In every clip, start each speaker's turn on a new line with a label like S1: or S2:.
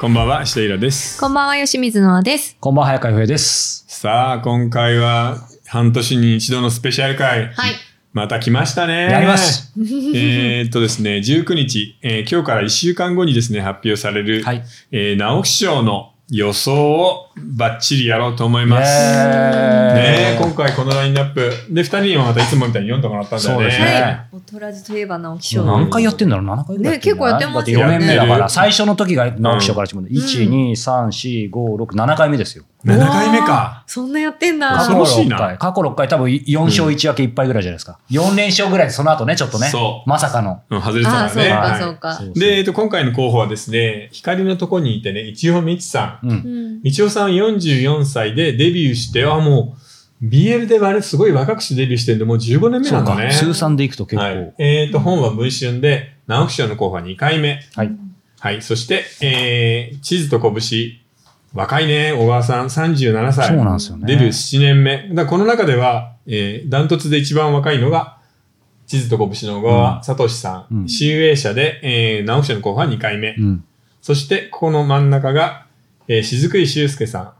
S1: こんばんは、下平です
S2: こ。んばんは、吉水のあです。
S3: こんばんは、早川洋平です。
S1: さあ、今回は半年に一度のスペシャル回。
S2: はい。
S1: また来ましたね。
S3: やります。
S1: えーっとですね、19日、えー今日から1週間後にですね、発表される、
S3: はい
S1: えー直木賞の予想をバッチリやろうと思います。ねえ、
S3: ね
S1: 今回このラインナップ。で、二人にもまたいつもみたいに読んでもらったんだよね。
S3: そうですね
S2: はい。おとらじといえば直木賞。
S3: 何回やってんだろう ?7 回ぐらい
S2: ね結構やってます
S1: よね
S3: だって4年目だか
S1: やってる
S3: ら、最初の時が直木賞から始まる。1、2、3、4、5、6、7回目ですよ。
S1: 7回目か。
S2: そんなやってん
S3: 過
S2: だ。
S3: 去
S1: 恐ろしい
S3: 6
S1: な
S3: 回、過去6回多分4勝1分け1敗ぐらいじゃないですか。4連勝ぐらいでその後ね、ちょっとね
S1: そ。う
S3: まさかの。
S1: うん、外れてた
S2: あ
S1: か
S2: あ、
S1: ら
S2: そう
S1: ね。
S2: か、
S1: はい
S2: そうか。
S1: で、えーっと、今回の候補はですね、光のとこにいてね、一応みちさん。
S3: う。
S2: うんん。
S1: みちおさん44歳でデビューして、あ、もう、BL で割れすごい若くしてデビューしてるんで、もう15年目
S3: そ
S1: な
S3: うん
S1: だね。
S3: か。通算でいくと結
S1: はい
S3: 構。。
S1: えっ、と、本は文春で、直木賞の候補は2回目。
S3: はい。
S1: はい。そして、えー、地図と拳。若いね、小川さん、37歳。
S3: そうなんですよね。
S1: デビュー7年目。だからこの中では、えー、ダントツで一番若いのが、地図と拳の小川聡さ。
S3: うんん
S1: 集英社で、えー、直木賞の候補は2回目。
S3: うん。し
S1: そして、ここの真ん中が、えー、雫井修介さん。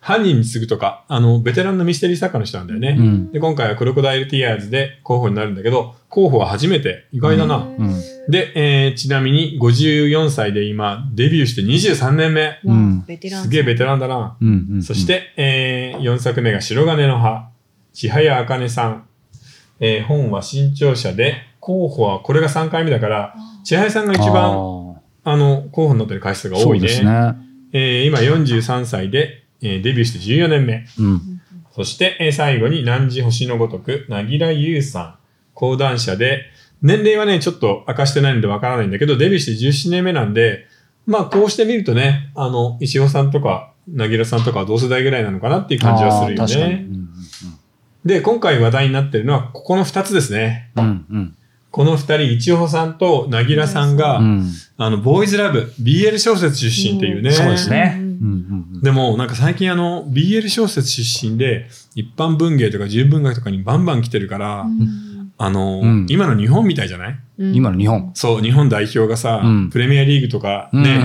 S1: 犯人に次ぐとか、あの、ベテランのミステリー作家の人なんだよね。
S3: うん
S1: で、今回はクロコダイルティアーズで候補になるんだけど、候補は初めて。意外だな。
S2: う
S3: うんん。
S1: で、えーちなみに54歳で今、デビューして23年目。
S3: う
S2: ま
S3: ん
S2: あベテラン。
S1: すげえベテランだな。
S3: うんうん。
S1: そし、て、え4作目が白金の葉。千早茜さん。えー本は新潮社で、候補はこれが3回目だから、千早さんが一
S3: あ
S1: 番、
S3: ー
S1: あの、候補になってる回数が
S3: そ
S1: 多
S3: う
S1: い
S3: ですね。
S1: えー今43歳で、えーデビューして14年目。
S3: うん。
S1: そして、えー最後に、南寺星のごとく、なぎらゆうさん、講談社で、年齢はね、ちょっと明かしてないのでわからないんだけど、デビューして17年目なんで、まあ、こうしてみるとね、あの、石尾さんとか、なぎらさんとかは同世代ぐらいなのかなっていう感じはするよ
S3: あー確かに
S1: ね。で、今回話題になってるのは、ここの2つですね。
S3: うんうんうん
S1: この2人、一穂さんとなぎらさんが、
S3: うんうん。
S1: あの、ボーイズラブ、BL 小説出身っていうね。
S3: そうですね。
S2: う。
S3: うんんうん
S1: でも、なんか最近あの、BL 小説出身で、一般文芸とか純文学とかにバンバン来てるから、あの、
S3: うん
S1: 今の日本みたいじゃない
S3: うん今の日本。
S1: そう、日本代表がさ、
S3: うん
S1: プレミアリーグとか
S3: う
S1: ね、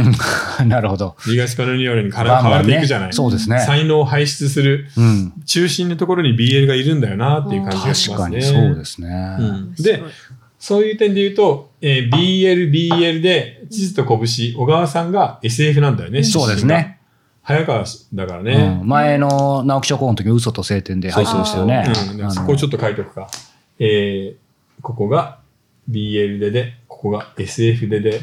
S3: ん。 なるほど。
S1: リーガスパルニオレに変わ
S3: バンバン
S1: われ
S3: ね
S1: ていくじゃない、
S3: そうですね。
S1: 才能を排出する
S3: うん。
S1: 中心のところに BL がいるんだよなっていう感じがし
S3: 確
S1: ま
S3: か
S1: すね。
S3: にそうですね。
S1: うんで、そういう点で言うと、えー BL、BL で、地図と拳、小川さんが SF なんだよね、
S3: そうです
S1: 出身が。
S3: ね。
S1: 早川だからね。
S3: うん前の直木賞候補の時、嘘と晴天で
S1: そ
S3: 配
S1: うそう
S3: 信
S1: そ
S3: し
S1: う。
S3: たよね
S1: うん、。そこをちょっ
S3: っ
S1: と書いておくか。えー、ここが BL でで、ここが SF でで、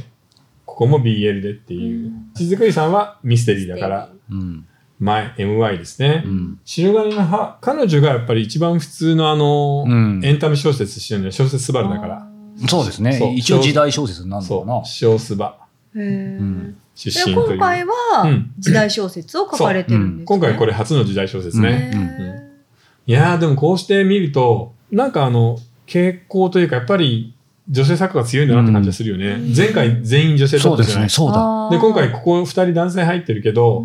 S1: ここも BL でっていううん雫くさんはミステリーだから、
S3: と。うん。
S1: 前、MY ですね。
S3: うん
S1: 白金の葉、彼女がやっぱり一番普通のあの、
S3: うん
S1: エンタメ小説してるのは小説スバルだから。。
S3: そうです
S1: そう
S3: ね。一応時代小説になるのか
S1: そ
S3: な
S1: う、。小スバ
S2: へー
S3: ん
S1: 出
S2: で
S1: 身とい
S2: 今
S1: う。
S2: 回
S1: う
S2: は
S1: ん
S2: 時代小説を書かれてるんですね。
S1: 今回こ
S2: れ
S1: れ初の時代小説
S3: う
S1: ね。
S3: ん
S1: いやーでもこうして見るとなんかあの傾向というかやっぱり女性作家が強いんだなって感じがするよね、
S2: うん
S1: 前回全員女性だ
S3: そ
S1: っ
S3: う
S1: た
S3: で
S1: じゃ
S3: す
S1: ない
S3: ね。そうだ。
S1: で今回ここ2人男性入ってるけど、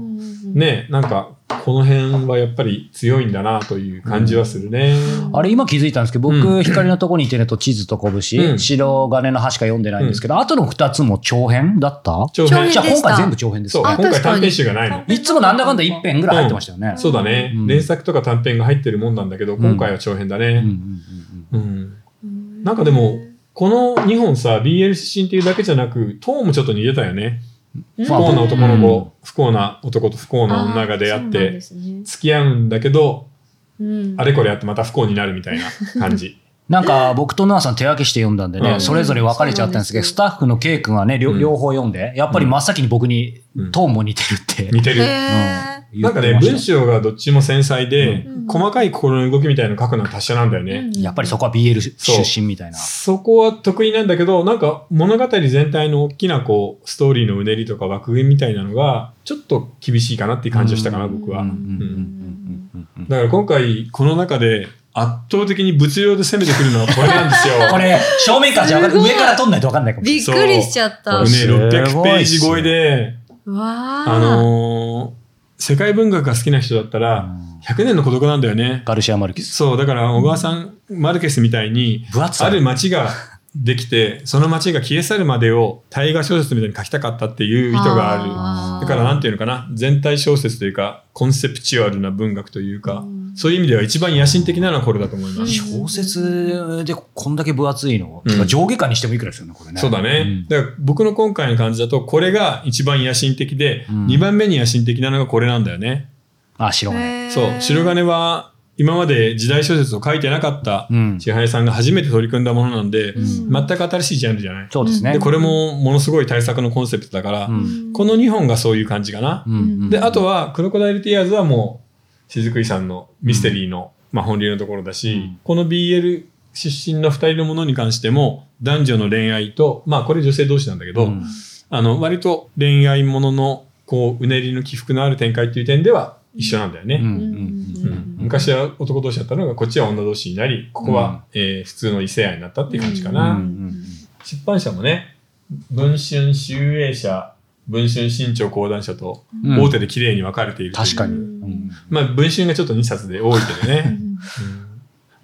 S1: ねなんかこの辺はやっぱり強いんだなという感じはするね、
S2: うん
S3: あれ今気づいたんですけど、
S1: う
S3: 僕、光のとこにいてると地図と
S1: うん
S3: 拳、白金の葉しか読んでないんですけど、後の二つも長編だった
S1: 長
S2: 長編
S1: 編
S3: じゃあ今回全部長編です
S1: そう今
S3: ね
S2: あ
S1: 回
S2: 確か
S1: 短
S2: に
S1: 編集がないの
S3: いつもなんだかんだ一編ぐらい入ってましたよね。
S1: そうだね、
S3: うん
S1: 連作とか短編が入ってるもんなんだけど今回は長編だ
S3: うんうん
S1: ね、
S3: うん
S1: うんな
S2: なん
S1: かでもこの2本さ BL 出身っていうだけじゃなくトーンもちょっと似てたよね不
S3: まあ
S1: 幸な男の
S3: うん
S1: 子、不幸な男と不幸な女が出会って、付き合うんだけど、あれこれやってまた不幸になるみたいな感 じ。
S3: なんか僕とナーさん手分けして読んだんでね、
S1: うん
S3: それぞれ分かれちゃったんですけど、
S2: そう
S3: スタッフの K 君はね、両
S1: うん
S3: 両方読んで、やっぱり真っ先に僕に
S1: うん
S3: トーンも似てるって。
S1: 似てる。
S2: へ
S3: う
S1: なんかね、
S3: 言ってま
S1: 文
S3: し
S1: 章がどっちも繊細で、
S2: うん
S1: 細かい心の動きみたいなの書くのは達者なんだよ
S2: ー
S1: ね。
S3: たやっぱりそこは BL
S1: そう
S3: 出身みたいな。
S1: そこは得意なんだけど、なんか物語全体の大きなこう、ストーリーのうねりとか枠組みみたいなのが、ちょっと厳しいかなっていう感じがしたかな、
S2: うん
S1: 僕
S3: う
S1: は。
S3: んうん
S1: だ
S3: うんうんうんうん
S1: から今回、この中で圧倒的に物量で攻めてくるのはこれなんですよ。
S3: これ、正面からじゃ分か
S2: すごい
S3: 上から撮んないと分かんないかもしれ
S2: びっくりしちゃった。
S1: こ
S2: わ
S1: れね、
S3: すごいっすね
S1: 600ページ超えで、
S2: あ。
S1: あのー世界文学が好きな人だった
S3: ない。
S1: ら、
S3: うん
S1: 100年の孤独なんだよね。
S3: ガルシア・マルキス。
S1: そう、だから小川さん、マルケスみたいに、
S3: 分厚
S1: あ
S3: さ。
S1: る町ができて、その街が消え去るまでを大河小説みたいに書きたかったっていう意図があ
S2: あ
S1: る。
S2: ー
S1: だからなんていうのかな、全体小説というか、コンセプチュアルな文学というか、
S2: うん
S1: そういう意味では一番野心的なのはこれだと思います。
S2: うん
S3: 小説でこんだけ分厚いの、
S1: うん
S3: てか上下巻にしてもいくらですよね、これね。
S1: そうだね。だから僕の今回の感じだと、これが一番野心的で、
S3: うん
S1: 2番目に野心的なのがこれなんだよね。
S3: うん。あ、白金。
S2: へー
S1: そう。白金は今まで時代小説を書いてなかった
S3: うん。
S1: 千早さんが初めて取り組んだものなんで、
S3: うん
S1: 全く新しいジャンルじゃない。
S3: そうですね。
S1: で、これもものすごい対策のコンセプトだから、
S3: うん
S1: この2本がそういう感じかな。
S3: うんうん
S1: で、あとは、クロコダイルティアーズはもう、雫井さんのミステリーの、まあ本流のところだし、
S3: うん
S1: この BL 出身の2人のものに関しても、男女の恋愛と、まあこれ女性同士なんだけど、
S3: うん
S1: あの、割と恋愛ものの、こう、うねりの起伏のある展開っていう点では一緒なんだよね。
S3: うんうん
S1: うん昔
S2: は
S1: は男同士だったのがこっちは女同士になりここは、えー普通の異性愛になったっていう感じかな、
S3: うんうん
S1: 出版社もね文春集英社文春新潮講談社と
S3: うんうん
S1: 大手で綺麗に分かれているという
S3: 確かに。
S2: う
S3: うんん
S1: まあ文春がちょっと2冊で多いけど ね、うん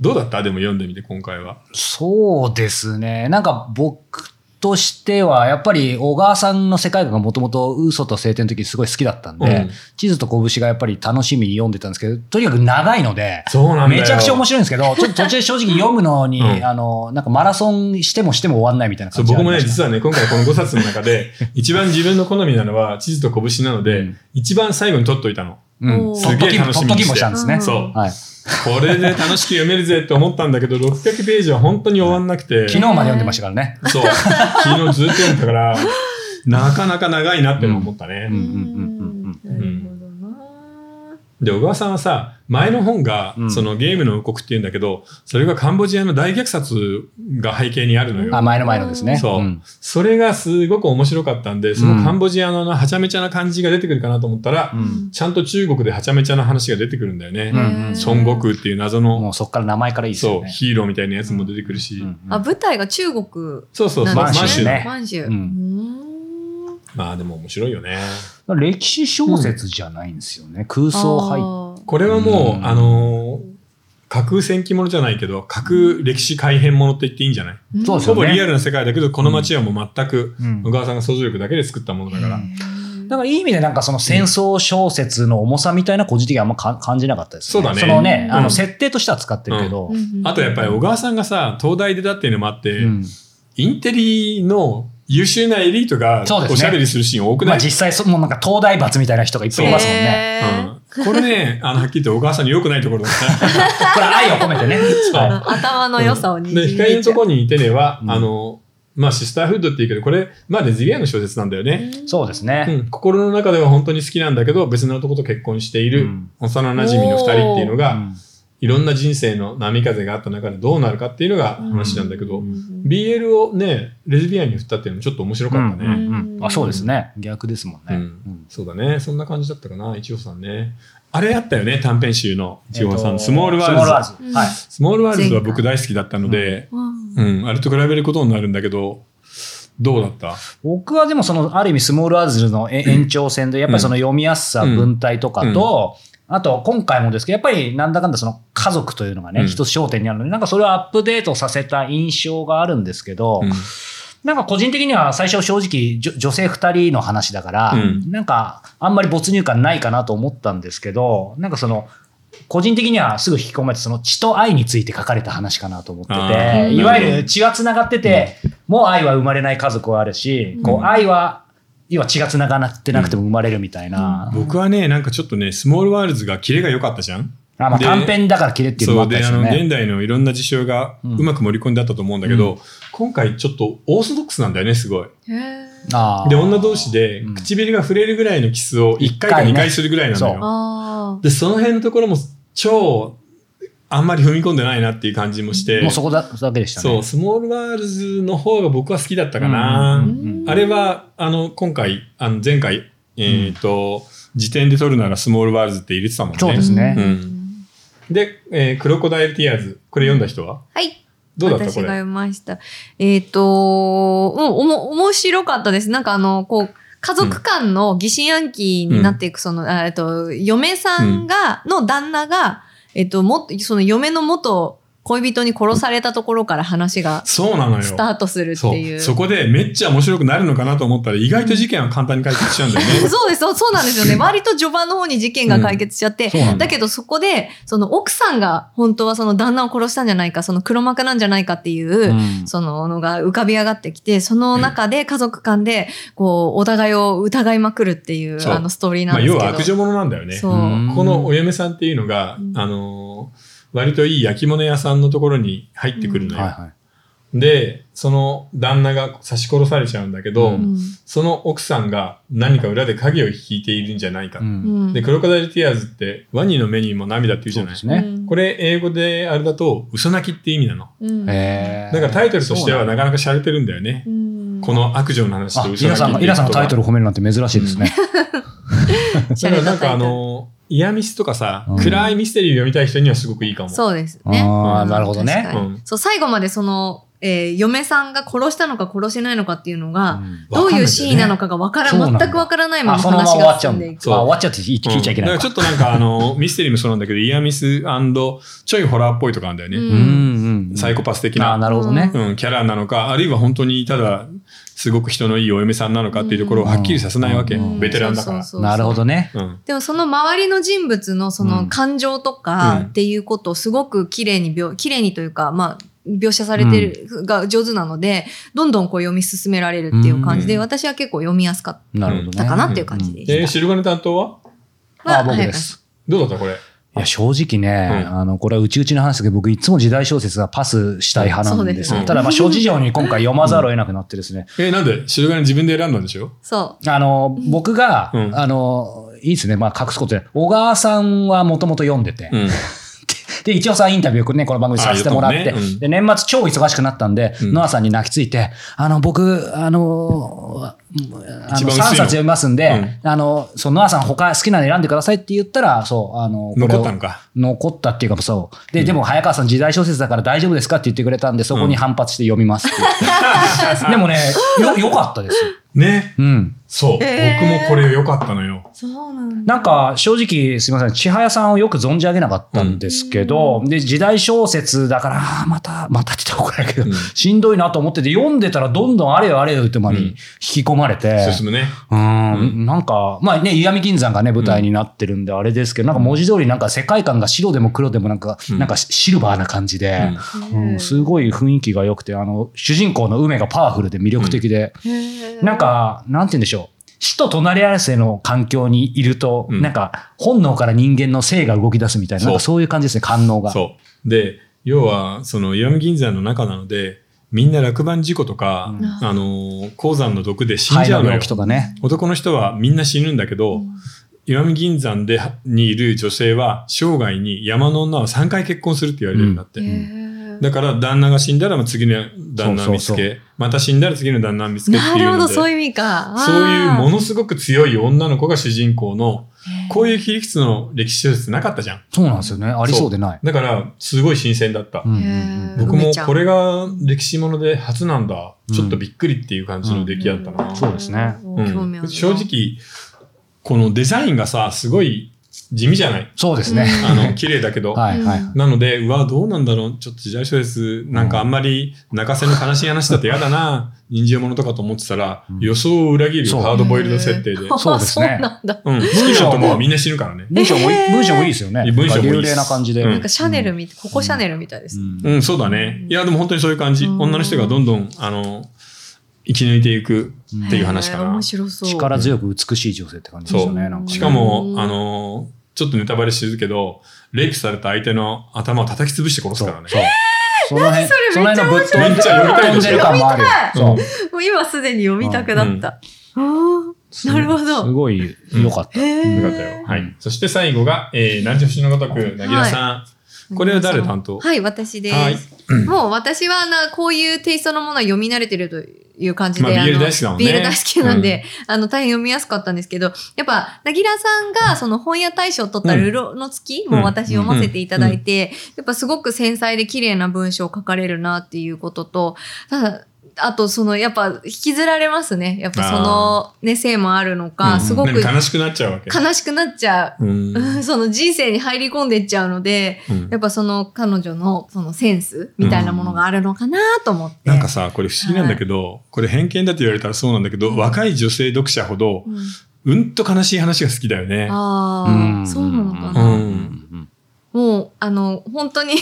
S1: どうだったでも読んでみて今回は
S3: そうですね。なんか僕としては、やっぱり小川さんの世界観がもともと嘘と晴天の時すごい好きだったんで、
S1: うん
S3: 地図と拳がやっぱり楽しみに読んでたんですけど、とにかく長いので、
S1: そうなんだよ
S3: めちゃくちゃ面白いんですけど、ちょっと途中正直読む のに、
S1: うん
S3: あの、なんかマラソンしてもしても終わんないみたいな
S1: そ
S3: 感
S1: う
S3: じ
S1: 僕もね、
S3: は
S1: 実はね、今回この5冊の中で、一番自分の好みなのは、地図と拳なので、
S3: うん
S1: 一番最後に取っといたの。
S3: うん、
S2: す
S3: とっと
S1: げえ
S3: きも、
S1: 楽
S3: と
S1: しみ
S3: っと
S1: にして
S3: きもしたんですね。
S1: そう
S3: はい。
S1: これで楽しく読めるぜって思ったんだけど、600ページは本当に終わんなくて。
S3: 昨日まで読んでましたからね。
S1: そう。昨日ずっと読んでたから、なかなか長いなってのを思ったね。
S3: うんうんうん
S2: なるほどな
S1: で、小川さんはさ、前の本が、
S3: うん
S1: そのゲームの王国っていうんだけど、それがカンボジアの大虐殺が背景にあるの
S3: あ、
S1: よ。
S3: 前の前のですね。
S1: そうんそれがすごく面白かったんで、そのカンボジアのあのはちゃめちゃな感じが出てくるかなと思ったら
S3: う、ん
S1: ちゃんと中国ではちゃめちゃな話が出てくるんだよ
S3: う
S1: ね。
S3: んう
S1: 孫
S3: ん
S1: 悟空っていう謎の、
S3: もうそっから名前からいいです
S1: そ
S3: よ
S1: う、
S3: ね。
S1: ヒーローみたいなやつも出てくるし
S3: う。んうん
S2: あ舞台が中国
S1: そうそうそう、
S2: なん
S3: ですね
S1: 満州
S3: ね
S2: 満州
S3: うん
S2: うん
S1: まあでも面白いよね。
S3: 歴史小説じゃないんですよね。空想入っ
S2: あー
S1: これはもう、
S3: うん
S1: あのー架空戦記物じゃないけど、架空歴史改変物って言っていいんじゃない、
S2: ん
S3: そうで
S1: ほ
S3: すよ
S1: ぼ
S3: ね
S1: リアルな世界だけど、この街はもう全く、
S3: うん
S1: 小川さんが想像力だけで作ったものだから。
S3: うん
S2: うん
S3: だからいい意味でなんかその戦争小説の重さみたいな個人的にあんまか感じなかったです
S1: そ
S3: ね。
S1: うだね
S3: のね、
S2: うん
S3: あの設定としては使ってるけど。
S1: あとやっぱり小川さんがさ、東大出たっていうのもあって、
S3: うん
S1: インテリの優秀なエリートが
S3: そうですね
S1: おしゃべりするシーン多く
S3: ま
S1: な
S3: あ
S1: い、
S3: 実際そ、もうなんか東大罰みたいな人がいっぱいいますもんね。
S2: へー
S1: うん、これね、あの、はっきり言って小川さんに良くない ところだった。
S3: これ愛を込めてね。はい
S2: 頭の良さを握
S1: で、光のところにいてねは、
S3: うん
S1: あの、まあ、シスターフードっていうけど、これ、まあ、レズビアンの小説なんだよね。
S3: そうです
S1: う
S3: ね。
S1: ん、心の中では本当に好きなんだけど別の男と結婚している、
S3: うん
S1: 幼なじみの2人っていうのが、
S3: うん
S1: いろんな人生の波風があった中でどうなるかっていうのが話なんだけど、BL をねレズビアンに振ったっていうのもちょっと面白
S3: う
S1: か
S3: ん
S1: ったね、
S3: うんうんあそうですね。逆ですもんね。
S1: うん
S3: うん
S1: そうだねそんな感じだったかな一応さんねあれあったよね短編集の一応さん、
S3: えっと
S1: スモールワール
S3: スモ
S1: ズ
S3: ールワールズ。はい。
S1: スモールワールズは僕大好きだったので、
S2: うん
S1: うんあれと比べることになるんだけどどうだった
S3: 僕はでもそのある意味スモールアズルのえ延長線でやっぱりその読みやすさ
S1: うん
S3: 文体とかと、あと今回もですけどやっぱりなんだかんだその家族というのが
S1: うん
S3: ね一つ焦点にあるのでなんかそれをアップデートさせた印象があるんですけど、
S1: うん
S3: なんか個人的には最初正直じょ女性2人の話だから、
S1: うん
S3: なんかあんまり没入感ないかなと思ったんですけどなんかその個人的にはすぐ引き込まれてその血と愛について書かれた話かなと思って
S1: あ
S2: ー
S3: ていわゆる血はつながってて、もう愛は生まれない家族はあるし、
S2: うん
S3: こう愛は要は血がつながってなくても生まれるみたいな、
S2: うん
S1: 僕はねなんかちょっとねスモールワールズがキレが良かったじゃん
S3: あまあ、
S1: で
S3: 短編だから切れっていうのも
S1: そう
S3: あった
S1: で、
S3: です
S1: あ
S3: よ
S1: の、
S3: ね。
S1: 現代のいろんな事象が
S3: うん
S1: うまく盛り込んであったと思うんだけど、今回ちょっとオーソドックスなんだよね、すごい。
S2: へー
S3: あー
S1: で、女同士で
S3: うん
S1: 唇が触れるぐらいのキスを1回
S3: 一
S1: か
S3: 回ね
S1: 2回するぐらいなんだ
S3: そ
S1: よ。
S2: あ
S1: で、その辺のところも超、あんまり踏み込んでないなっていう感じもして、
S3: もうそこだだけでしたね。
S1: そう、スモールワールズの方が僕は好きだったかな。
S3: うん
S2: ー
S1: あれは、あの、今回、あの前回、えっ、と、時点で撮るならスモールワールズって入れてたもんね。
S3: そうですね
S1: うんで、えークロコダイルティアーズ、これ読んだ人は
S2: はい
S1: どうだった
S2: 私
S1: こ
S2: が
S1: れ。
S2: 読みました。えっ、ともうおも、面白かったです。なんかあの、こう、家族間の疑心暗鬼になっていく、その、あえっと、嫁さんが、の旦那が、えっと、もっと、その嫁の元恋人に殺されたところから話が
S1: そうなのよ。
S2: スタートするっていう。
S1: そうそこでめっちゃ面白くなるのかなと思ったら意外と事件は簡単に解決しちゃうんだよね。
S2: そうですそう、そうなんです よね。割と序盤の方に事件が解決しちゃって、
S1: そうなん
S2: だけどそこで、その奥さんが本当はその旦那を殺したんじゃないか、その黒幕なんじゃないかっていう、
S3: うん
S2: そののが浮かび上がってきて、その中で家族間で、こう、お互いを疑いまくるっていう、
S1: そう
S2: あのストーリ ーな
S1: まあ
S2: んですけ
S1: 要
S2: ど。
S1: は悪女者なんだよね。
S2: そう。
S3: うん
S1: このお嫁さんっていうのが、
S2: うん
S1: あのー割といい焼き物屋さんのところに入ってくるのよ。
S3: はいはい。
S1: で、その旦那が刺し殺されちゃうんだけど、
S3: う
S2: うん
S1: その奥さんが何か裏で影を引いているんじゃないか。
S3: うん
S2: うん
S1: で、クロコダイルティアーズって、ワニの目にも涙って言うじ
S3: そ
S1: ゃ
S3: う
S1: な
S3: で
S1: い
S3: すね。
S2: うん
S1: これ英語であれだと、嘘泣きって意味なの。
S2: うん
S3: え
S1: だからタイトルとしてはなかなか洒落てるんだよね。
S2: うん
S1: この悪女の話
S3: あ
S1: と、嘘
S3: イ
S1: 泣
S3: ラ
S1: き
S3: さん
S1: っ
S3: が、
S1: て
S3: イ
S1: いう
S3: ラさんの
S1: 言葉
S3: タイトルを褒めるなんて珍しいですね。
S1: だからなんかあのー、嫌ミスとかさ、
S3: うん
S1: 暗いミステリーを読みたい人にはすごくいいかも。
S2: そうですね。
S3: あー
S2: うん
S3: なるほどね
S2: 確かに
S1: うん
S2: そう、最後までその、えー嫁さんが殺したのか殺してないのかっていうのが、
S3: うん
S2: どういうシーンなのかがわから
S3: そうなん
S2: ん、
S3: だ
S2: 全くわから ないまま
S3: あそのまま
S2: 話
S3: 終わ
S2: が
S3: っちゃ
S2: 進
S3: うんんだ。
S2: で
S3: あ
S2: いく。
S1: そう
S3: 終わっちゃうって聞いちゃいけな
S1: う
S3: い
S1: んだからちょ
S3: か。
S1: っとなんかあの、ミステリーもそうなんだけど、イヤミスちょいホラーっぽいとかなんだよね。
S2: うん
S3: ん
S1: サイコパス的
S3: ああー、
S1: な、
S3: なるほどね。
S1: うん、キャラなのか、あるいは本当にただ、すごく人のいいお嫁さんなのかっていうところをはっきりさせないわけ。
S3: う
S2: う
S3: ん
S2: ん
S1: ベテランだから。
S2: そうそうそう
S3: なるほどね。
S1: うん
S2: でもその周りの人物のそうの
S3: ん
S2: 感情とかっていうことをすごく綺麗に描、綺麗にというか、まあ、描写されてる、が上手なので、どんどんこう読み進められるっていう感じで、
S1: うん
S2: 私は結構読みやすかっ
S3: なるほどね。
S2: たかなっていう感じでした。
S1: で、シルバネ担当は
S2: ま
S3: あ、僕
S2: 早
S3: で
S2: 川さ
S3: す。
S1: どうだったこれ。
S3: いや、正直ね、
S1: う
S3: あの、これはうちうちの話ですけど、僕いつも時代小説がパスしたい派なん
S2: そう
S3: で
S2: ですす
S3: よ
S1: ね
S3: ただ、まあ、諸事情に今回読まざるを得なくなってですね。
S1: え、なんでシルバネ自分で選んだんでしょ
S2: んそ
S3: あの、僕が、
S1: うん
S3: あの、いいですね。まあ、隠すことで。小川さんはもともと読んでて。
S1: うん。
S3: で、一応さ、インタビューをね、この番組させてもらって、
S1: あ言うともねうん
S3: で、年末超忙しくなったんで、
S1: うん
S3: ノアさんに泣きついて、あの、僕、あのー、あ
S1: 一番薄い
S3: の
S1: の
S3: 3冊読みますんで、
S1: う
S3: あの、そう、ノアさん他好きなの選んでくださいって言ったら、そう、あの、これを
S1: 残ったのか。
S3: 残ったっていうか、そう。で、
S1: うん
S3: でも、早川さん時代小説だから大丈夫ですかって言ってくれたんで、そこに反発して読みますって言って。でもね、よ、良かったですよ。
S1: ね。
S3: うん。
S1: そう。
S2: へー
S1: 僕もこれ良かったのよ
S2: う。。そうなんだ。
S3: なんか、正直、すみません、千早さんをよく存じ上げなかったんですけど、で、時代小説だから、あーまた、またって言ったら怒られるけど、
S1: うん
S3: しんどいなと思ってて、読んでたらどんどんあれよあれよって間
S1: うん
S3: に引き込まれて、
S1: 進むね。
S3: うん、
S1: う
S3: なんか、まあね、石見銀山がね、舞台になってるんで、あれですけど、なんか文字通りなんか世界観が白でも黒でもなんか、
S1: うん
S3: なんかシルバーな感じで、うんすごい雰囲気が良くて、あの、主人公の梅がパワフルで魅力的で、なん、か、なんて言うんでしょう。死と隣り合わせの環境にいると、
S1: うん
S3: なんか、本能から人間の性が動き出すみたいな、
S1: そう
S3: なんかそういう感じですね、官能が。
S1: そう。で、要は、その、石見銀山の中なので、みんな落盤事故とか、
S3: うん
S1: あのー、鉱山の毒で死ん
S3: 肺
S1: じゃ
S3: の
S1: うのよ
S3: 病気。とかね。
S1: 男の人はみんな死ぬんだけど、石見銀山でにいる女性は生涯に山の女は3回結婚するって言われてるんだって。
S2: へー
S1: だから旦那が死んだらまあ次の旦那を見つけ
S3: そうそう
S1: また死んだら次の旦那を見つけって
S2: な
S1: いう
S2: るほ
S1: の
S2: ど、
S1: で
S2: そういう意味か。あー
S1: そういうものすごく強い女の子が主人公のこういう切り口の歴史小説なかったじゃん。
S3: そうなんですよね。ありそうでない。
S1: だからすごい新鮮だった。
S3: うんうんう
S2: へ
S3: ん
S2: ー
S1: 僕もこれが歴史もので初なんだ、
S3: うん
S1: ちょっとびっくりっていう感じの出来だったな。
S3: そうですね
S2: うん
S1: うん
S2: 興味あるな
S1: 正直このデザインがさすごい地味じゃない
S3: そうですね。
S1: あ の、綺麗だけど。
S3: はいはい。
S2: うん
S1: なので、うわ、どうなんだろう。ちょっと時代小説、なんかあんまり泣かせの悲しい話だと嫌だな。人情ものとかと思ってたら
S3: うん、
S1: 予想を裏切る
S3: そう
S1: ハードボイルド設定で。
S2: あ
S3: そうです
S2: そ
S3: ね
S2: うなんだ。
S1: うん。好きな男はみんな死ぬからね。
S3: 文章もいい、
S2: えー
S3: 文章もいいですよね。
S1: 文章もいいです
S3: 幽霊な感じで。
S1: うん
S2: なんかシャネルみ、ここシャネルみたいです
S3: う
S2: ね。
S3: ん
S1: うん、そうだね。いや、でも本当にそういう感じ。
S2: うん
S1: 女の人がどんどん、あの、生き抜いていくっていう話か
S2: へー
S1: な
S2: 面。白そう。
S3: 力強く美しい女性って感じでした
S1: そ
S3: ね。
S2: う
S3: なんかね
S1: しかも
S2: う、ん
S1: あの、ちょっとネタバレしてるけど、レイプされた相手の頭を叩き潰して殺す
S3: そう
S1: からね。
S3: そうその辺、その辺のぶっ
S1: めっちゃ読みたい
S3: 飛ん
S1: で
S3: で
S1: し
S3: る
S1: ょ
S3: 感もあるよ。
S1: う
S3: そ
S1: ん
S3: う。
S2: もう今すでに読みたくなった。おー
S3: す
S2: なるほど
S3: すごい良かった。
S2: へー
S1: よかったよ。は
S3: う
S1: い
S3: ん。
S1: そして最後が、えー、南城市のごとく、なぎらさん。これは誰担当
S2: はい、私で
S1: はい
S2: す。 もう私はな、こういうテイストのものは読み慣れてるという感じで。
S1: まあ BL
S2: あの
S1: 大好きだもんね
S2: BL 大好きなんで、あの、大変読みやすかったんですけど、やっぱ、なぎらさんが、その本屋大賞を取ったルロの月
S1: う
S2: も
S1: ん
S2: 私読ませていただいて、やっぱすごく繊細で綺麗な文章を書かれるなっていうことと、ただ、あとそのやっぱ引きずられますね。やっぱそのね、性もあるの
S1: う
S2: か、
S1: ん
S2: すごく
S1: でも悲しくなっちゃうわけ。
S2: 悲しくなっちゃ
S1: うん
S2: う。 その人生に入り込んでっちゃうので、
S1: うん
S2: やっぱその彼女のそのセンスみたいなものがあるのかなと思って。
S1: なんかさ、これ不思議なんだけど、これ偏見だって言われたらそうなんだけど、若い女性読者ほど
S2: う、ん
S1: うんと悲しい話が好きだよね。
S2: ああ、そうなのか
S1: う
S2: な。
S1: ん
S2: もう、あの、本当にね、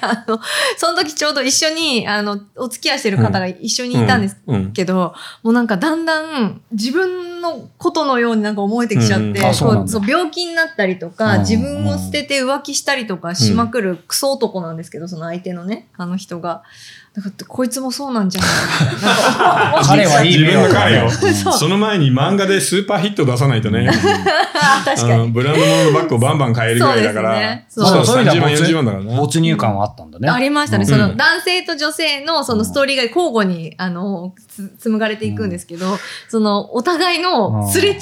S2: あの、その時ちょうど一緒に、あの、お付き合いしてる方が一緒にいたんです
S1: うん。
S2: けど、もうなんかだんだん自分のことのようになんか思えてきちゃって、
S1: うん
S3: あそうなんだ
S2: こうそう病気になったりとか、
S3: うん
S2: 自分を捨てて浮気したりとかしまくるクソ男なんですけど、その相手のね、あの人が。だからこいつもそうなんじゃないなんか 思
S3: 彼はいい
S1: 自
S3: 迷
S1: 分の
S3: 惑だ
S1: 彼
S3: ね
S1: を。
S2: そう
S1: その前に漫画でスーパーヒット出さないとね、
S2: あ確か
S1: あ
S2: に。
S1: のブランド物のバッグをバンバン買えるぐらいだから、
S2: そうですねそう
S1: したら30万、40万だからな。
S3: 没入感はあったんだね。
S2: ありましたね。
S1: うん
S2: その男性と女性のそのストーリーが交互に、あの、つ紡がれていくんですけど、そのお互いのすれ違いが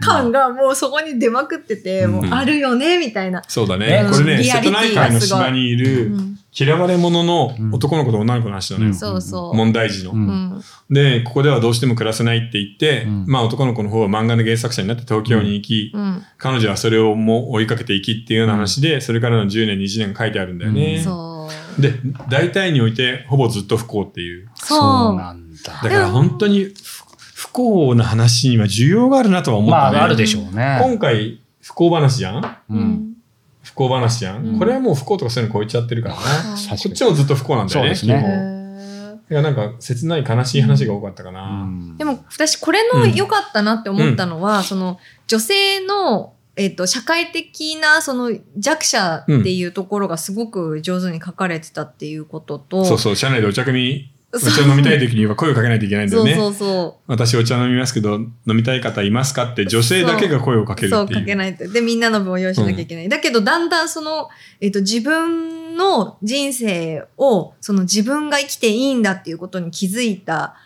S2: 感がもうそこに出まくってて、
S1: うん
S2: もうあるよね、みたいな。
S1: そうだね。
S3: うん
S1: これね、
S2: リア
S1: 瀬
S2: リテ
S1: 戸
S2: ィがすごい
S1: 内海の島にいうる
S2: ん
S1: 嫌われ者の男の子と女の子の話だね。
S2: そうそう。
S1: 問題児の。
S3: うん
S2: うん
S1: で、ここではどうしても暮らせないって言って、
S3: うん
S1: まあ男の子の方は漫画の原作者になって東京に行き、
S2: うん
S1: 彼女はそれをもう追いかけていきっていうような話で、それからの10年、20年書いてあるんだよね。
S2: そう。
S1: で、大体においてほぼずっと不幸っていう。
S3: そう
S2: そう。
S3: なん
S1: だか
S3: だ。
S1: ら本当に不不幸な話には需要があるなとは思っ
S3: ま
S1: たね。
S3: あ、あるでしょうね。
S1: 今回、不幸話じゃん
S3: う。
S2: うんん
S1: 不幸話じゃん、
S2: うん
S1: これはもう不幸とかそういうの超えちゃってるからね。
S2: あ
S3: 確
S2: ー
S3: かに
S1: こっちもずっと不幸なんだよね。
S3: そうですね
S1: 基
S2: へ
S1: 本
S2: ー
S1: いや、なんか切ない悲しい話が多かったかな。
S2: でも私これの良かったなって思ったのは、その女性の、えっと社会的なその弱者っていうところがすごく上手に書かれてたっていうことと、
S1: そうそう、社内でお茶組、お
S2: そう
S1: 茶飲みたい時には声をかけないといけないんだ
S2: そ
S1: よ
S2: う
S1: ね。
S2: そうそ
S1: 私お茶飲みますけど、飲みたい方いますかって女性だけが声をかける
S2: うそう
S1: って
S2: 書
S1: い
S2: け
S1: う。
S2: ないとでみんなの分を用意しなきゃいけない、だけどだんだんその、えっと自分の人生をその自分が生きていいんだっていうことに気づいた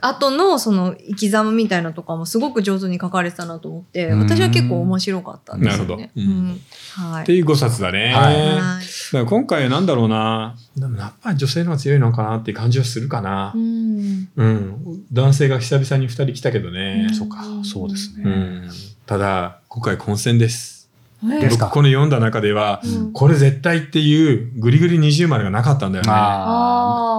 S2: 後のその生き様みたいなのとかもすごく上手に書かれてたなと思って
S3: うん
S2: 私は結構面白かったんですよね。
S1: なるほど
S2: う
S1: うん
S2: んはい
S1: っていう5冊だね。
S3: はい
S1: だから今回はなんだろうな。でもやっぱり女性の方が強いのかなっていう感じはするかな
S2: う。ん。
S1: うん。男性が久々に2人来たけどね。
S3: そうか、そうです
S1: う
S3: ね。
S1: ん。ただ、今回混戦です。
S3: で
S2: え
S3: すか
S1: 僕この読んだ中では、
S2: うん
S1: これ絶対っていうぐりぐり二重丸がなかったんだよね。
S3: あ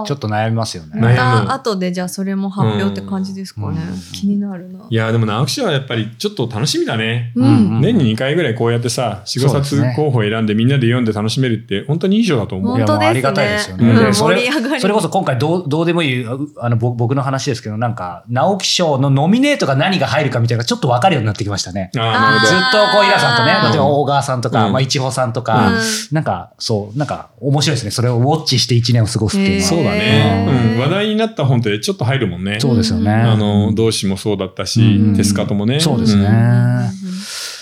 S2: あー
S3: あ、ちょっと悩みますよね。
S1: 悩む
S2: また後でじゃあそれも発表って感じですかね
S3: うん。
S2: 気になるな。
S1: いや、でも直木賞はやっぱりちょっと楽しみだね。
S2: う
S3: うん
S2: ん。
S1: 年に2回ぐらいこうやってさ、4、5
S3: そうですね
S1: 冊候補選んでみんなで読んで楽しめるって本当にいい賞だと思う。
S2: 本当
S3: いやもうあ
S2: で
S3: りがたいですす
S2: ね
S3: よ。
S1: ね
S2: う
S1: で
S2: ん
S3: それ
S2: 盛り上がる。
S3: それこそ今回どうどうでもいいああのぼ僕の話ですけどなんか直木賞のノミネートが何が入るかみたいなのがちょっと分かるようになってきましたね。
S1: ああ、なる
S3: ず
S1: ほ
S3: っ
S1: ど。
S3: とこうイラさん
S2: う
S3: と
S2: ん
S3: ね例えば大川さんとか、
S1: うん
S3: まあ、一穂さんと
S2: う
S3: か、
S2: ん
S3: なんかそうなんか面白いですねそれをウォッチして1年を過ごすっていうのは。
S1: そうだ
S2: へ
S1: ね
S2: ー。
S1: うん。話題になった本ってちょっと入るもんね。
S3: そうですよね。
S2: うん
S1: あの、同志もそうだった
S3: う
S1: し、
S3: ん
S1: テスカともね。
S3: そうですね
S1: ん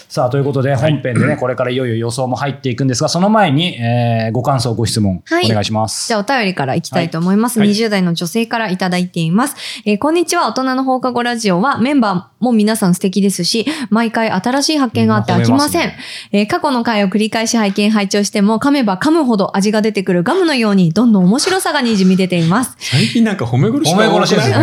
S3: さあ、ということで、本編でね、これからいよいよ予想も入っていくんですが、その前に、えーご感想、ご質問、
S2: はい
S3: お願いします。
S2: じゃあお便りからいきたいと思います。
S1: はい
S2: 20代の女性からいただいています。えーこんにちは、大人の放課後ラジオはメンバーも皆さん素敵ですし、毎回新しい発見があって飽きません。
S3: みんな褒めま
S2: えー過去の回を繰り返し拝見拝聴しても、噛めば噛むほど味が出てくるガムのように、どんどん面白さがにじみ出ています。
S1: 最近なんか褒め殺し
S3: 褒め殺しですね。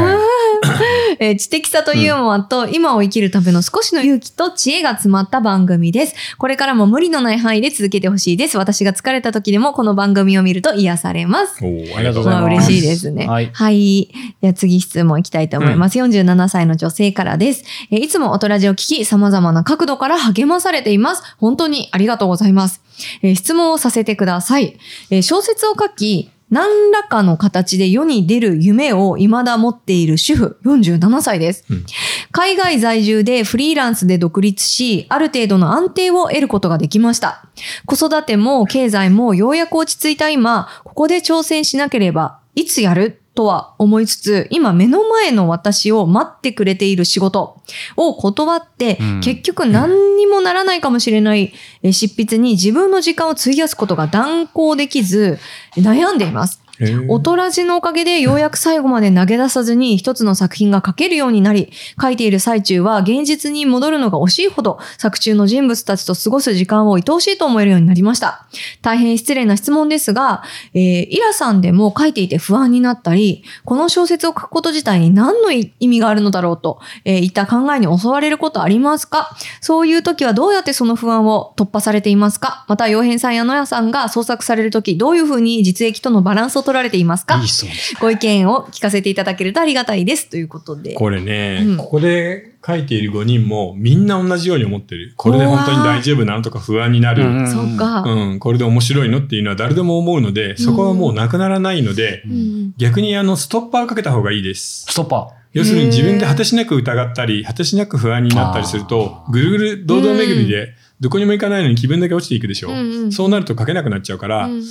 S2: えー知的さとユーモアと、今を生きるための少しの勇気と知恵が詰まった番組です。これからも無理のない範囲で続けてほしいです。私が疲れた時でもこの番組を見ると癒されます。
S1: おーありがとうございます。
S2: ま
S3: ざいます
S2: あ嬉しいですね。
S3: はい
S2: はい。じゃあ次質問いきたいと思います。47歳の女性からです。えいつも音ラジを聞き、様々な角度から励まされています。本当にありがとうございます。えー質問をさせてください。えー小説を書き、何らかの形で世に出る夢を未だ持っている主婦47歳です。
S1: うん
S2: 海外在住でフリーランスで独立し、ある程度の安定を得ることができました。子育ても経済もようやく落ち着いた今、ここで挑戦しなければ、いつやるとは思いつつ、今目の前の私を待ってくれている仕事を断って、
S3: うん
S2: 結局何にもならないかもしれないえー執筆に自分の時間を費やすことが断行できず、悩んでいます。音ラジのおかげでようやく最後まで投げ出さずに一つの作品が書けるようになり、書いている最中は現実に戻るのが惜しいほど作中の人物たちと過ごす時間を愛おしいと思えるようになりました。大変失礼な質問ですが、えーイラさんでも書いていて不安になったり、この小説を書くこと自体に何の意味があるのだろうと、えーいった考えに襲われることありますかそういう時はどうやってその不安を突破されていますかまた、洋平さんや野谷さんが創作される時、どういうふうに実益とのバランスを取られていますか
S3: いい質問です。
S2: ご意見を聞かせていただけるとありがたいです。ということで。
S1: これね、
S2: うん
S1: ここで書いている5人もみんな同じように思ってる。これで本当に大丈夫なのとか不安になる。うん
S2: そう。か。
S1: これで面白いのっていうのは誰でも思うので、そこはもうなくならないので、
S2: うんうん
S1: 逆にあの、ストッパーをかけた方がいいです。
S3: ストッパ
S1: 要するに自分で果てしなく疑ったり、果てしなく不安になったりすると
S3: あ、ー
S1: ぐるぐる堂々巡りで、どこにも行かないのに気分だけ落ちていくでしょ。
S2: うんうん
S1: そうなると書けなくなっちゃうから、
S2: うん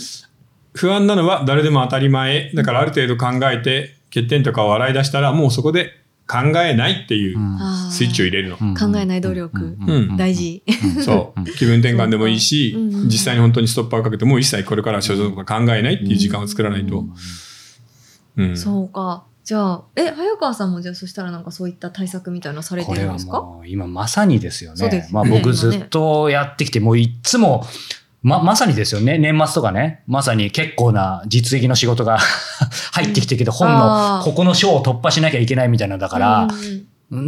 S1: 不安なのは誰でも当たり前。だからある程度考えて、欠点とかを洗い出したら、もうそこで考えないっていう
S3: ー。
S2: あー
S1: スイッチを入れるの。
S2: 考えない努力
S1: うん
S2: 大。事。
S1: そう。気分転換でもいいし、
S2: そうかうん
S1: 実際に本当にストッパーをかけて、もう一切これから所属とか考えないっていう時間を作らないと。うん
S2: そうか。じゃあ、え、早川さんもじゃあそしたらなんかそういった対策みたいなのされ
S3: こ
S2: て
S3: れ
S2: るん
S3: は
S2: ですか
S3: もう今まさにですよ
S2: そうで
S3: ね
S2: す。
S3: まあ
S2: ね
S3: 僕ずっとやってきて、もういっつも、ま、まさにですよね。年末とかね。まさに結構な実益の仕事が 入ってきてるけど、本
S2: あー
S3: のここの章を突破しなきゃいけないみたいなのだから、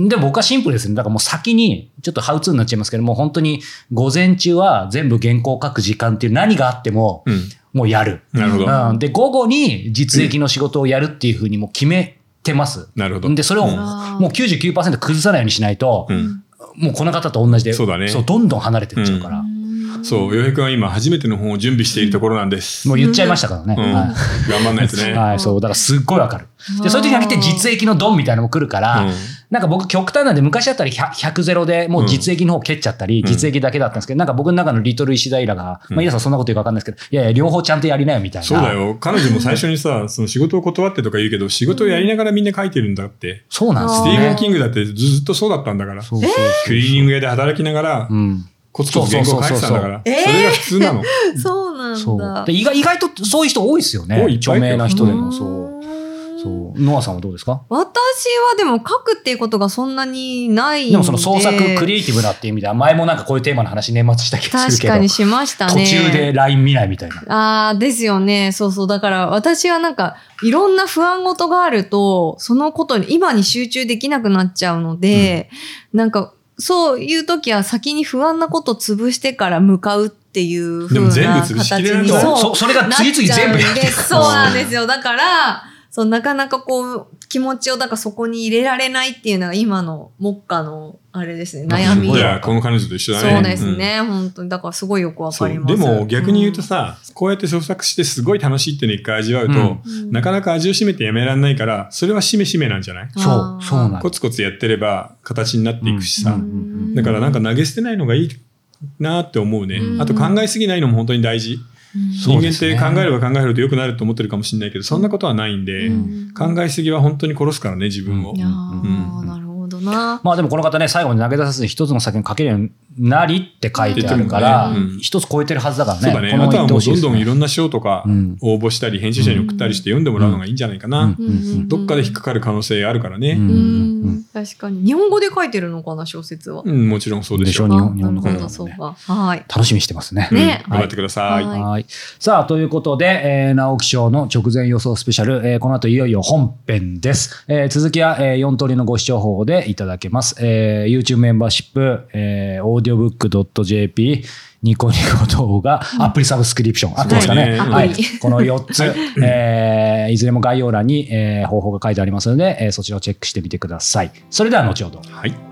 S3: で、僕はシンプルですね。だからもう先に、ちょっとハウツーになっちゃいますけど、もう本当に午前中は全部原稿を書く時間っていう何があっても、
S1: うん。
S3: もうやる。
S1: なるほど。
S3: うん、で、午後に実益の仕事をやるっていうふうにもう決めてます。
S1: なるほど。
S3: で、それを
S1: うん
S3: もう99%崩さないようにしないと、
S1: うん
S3: もうこの方と同じで、
S1: そうだね
S3: どんどん離れてっちゃうから。
S1: そう、洋平くんは今初めての本を準備しているところなんです。
S3: もう言っちゃいましたからね。
S1: うん。頑
S3: は
S1: 張んないと
S3: い、
S1: ね。
S3: はいそう。だからすっごいわかる。で、そういう時に限って実
S2: 益。
S3: 益のドンみたいなのも来るから、
S1: う
S3: なんか僕極端なんで昔だったら 100, 100ゼロでもう実益の方蹴っちゃったり、
S1: ん
S3: 実益だけだったんですけど、なんか僕の中のリトル石
S1: う
S3: 平が、
S1: ん
S3: まあ、皆さんそんなこと言うかわかんないですけど、いやいや、両方ちゃんとやりなよみた
S1: ん
S3: いな。
S1: そうだ。よ。彼女も最初にさ、その仕事を断ってとか言うけど、仕事をやりながらみんな書いてるんだって。
S3: そうなんです
S1: ス
S3: よ
S1: ティーブン・
S3: ね。
S1: キングだってずっとそうだったんだから。
S3: そうそうそう
S1: クリーニング屋で働きながら
S3: う、ん。
S1: コツコツ原稿を書いてたんだから。
S2: そうそうそ
S1: そ
S2: うそう
S1: れが普通なの。
S2: そうなん
S3: そう
S2: だ。
S3: で意外。意外とそういう人多いですよね
S1: 多い。いっぱい
S3: 著
S1: いる
S3: 名な人でも。そう。
S2: う
S3: そう。ノアさんはどうですか
S2: 私はでも書くっていうことがそんなにないんで。
S3: でもその創作クリエイティブなっていう意味では、前もなんかこういうテーマの話年末した気がする
S2: 確
S3: け
S2: か
S3: ど
S2: に、しました
S3: 途
S2: ね。
S3: 中で LINE 見ないみたいな。
S2: ああ、ですよね。そうそう。だから私はなんか、いろんな不安事があると、そのことに、今に集中できなくなっちゃうので、なんか、そういう時は先に不安なこと潰してから向かうっていう風な形に。
S1: でも全部潰しきれないと
S2: そう
S3: そそれが次々全部や
S2: なっちゃうん
S3: って
S2: で
S3: る。
S2: そうなんですよ。だから、そう、なかなかこう、気持ちを、だからそこに入れられないっていうのが今の、目下の、あれですね、悩み。
S1: い
S3: すご
S1: や、この彼女と一緒だね。
S2: そうですね、本当に。だからすごいよくわ
S1: うん。そ
S2: かりま
S1: う
S2: す。
S1: でも逆に言うとさ、こうやって創作してすごい楽しいっていうのを一回味わうと、
S2: うん、うん
S1: なかなか味を占めてやめられないから、それはしめしめなんじゃない
S3: そう、そうなん
S1: コツコツやってれば形になっていくしさ、
S3: うん
S1: だからなんか投げ捨てないのがいいなって思うね、
S2: うん
S1: あと考えすぎないのも本当に大事、
S3: そ
S1: 人
S3: う
S1: 間
S3: で
S1: っ
S3: すね
S1: て考えれば考えると良くなると思ってるかもしれないけどそんなことはないんで、
S2: うん
S1: 考えすぎは本当に殺すからね自分を、
S3: う
S2: いやー
S1: うん
S2: なるほどな。
S3: まあでもこの方ね、最後に投げ出さずに一つの作品に書けるようになりって書いてあるから
S1: 言ってるもんねう、ん
S3: 一つ超えてるはずだからね。
S1: そうだね
S3: この
S1: あと
S3: 言っ
S1: は
S3: て
S1: も
S3: ほ
S1: う
S3: しい
S1: ど
S3: で
S1: ん
S3: すね
S1: どんいろんな賞とか
S3: うん
S1: 応募したり編集者に送ったりして読んでもらうのがいいんじゃないかな、
S3: うんうん
S1: どっかで引っかかる可能性あるから
S3: う
S1: ね、
S2: うんん、確かに。日本語で書いてるのかな、小説は
S1: う。んもちろんそうでしょう
S3: でしょう日本日
S2: あ
S3: 本
S2: なるほ
S3: のことだもんね
S2: ど、そうか。はい。
S3: 楽しみにしてますね。
S1: うん
S2: ね
S1: 頑張ってください、
S2: はい
S3: はい。さあ、ということで、えー直木賞の直前予想スペシャル、えーこの後いよいよ本編です。えー続きは、え4通りのご視聴方法でいただけます。えー YouTube メンバーシップ、えー audiobook.jp、ニコニコ動画、アプリサブスクリプション、あってますかね。
S1: そうね
S3: は
S2: ア
S3: い
S2: プリ。
S3: この4つ、えーいずれも概要欄に、えー方法が書いてありますので、えーそちらをチェックしてみてください。それでは後ほど。
S1: はい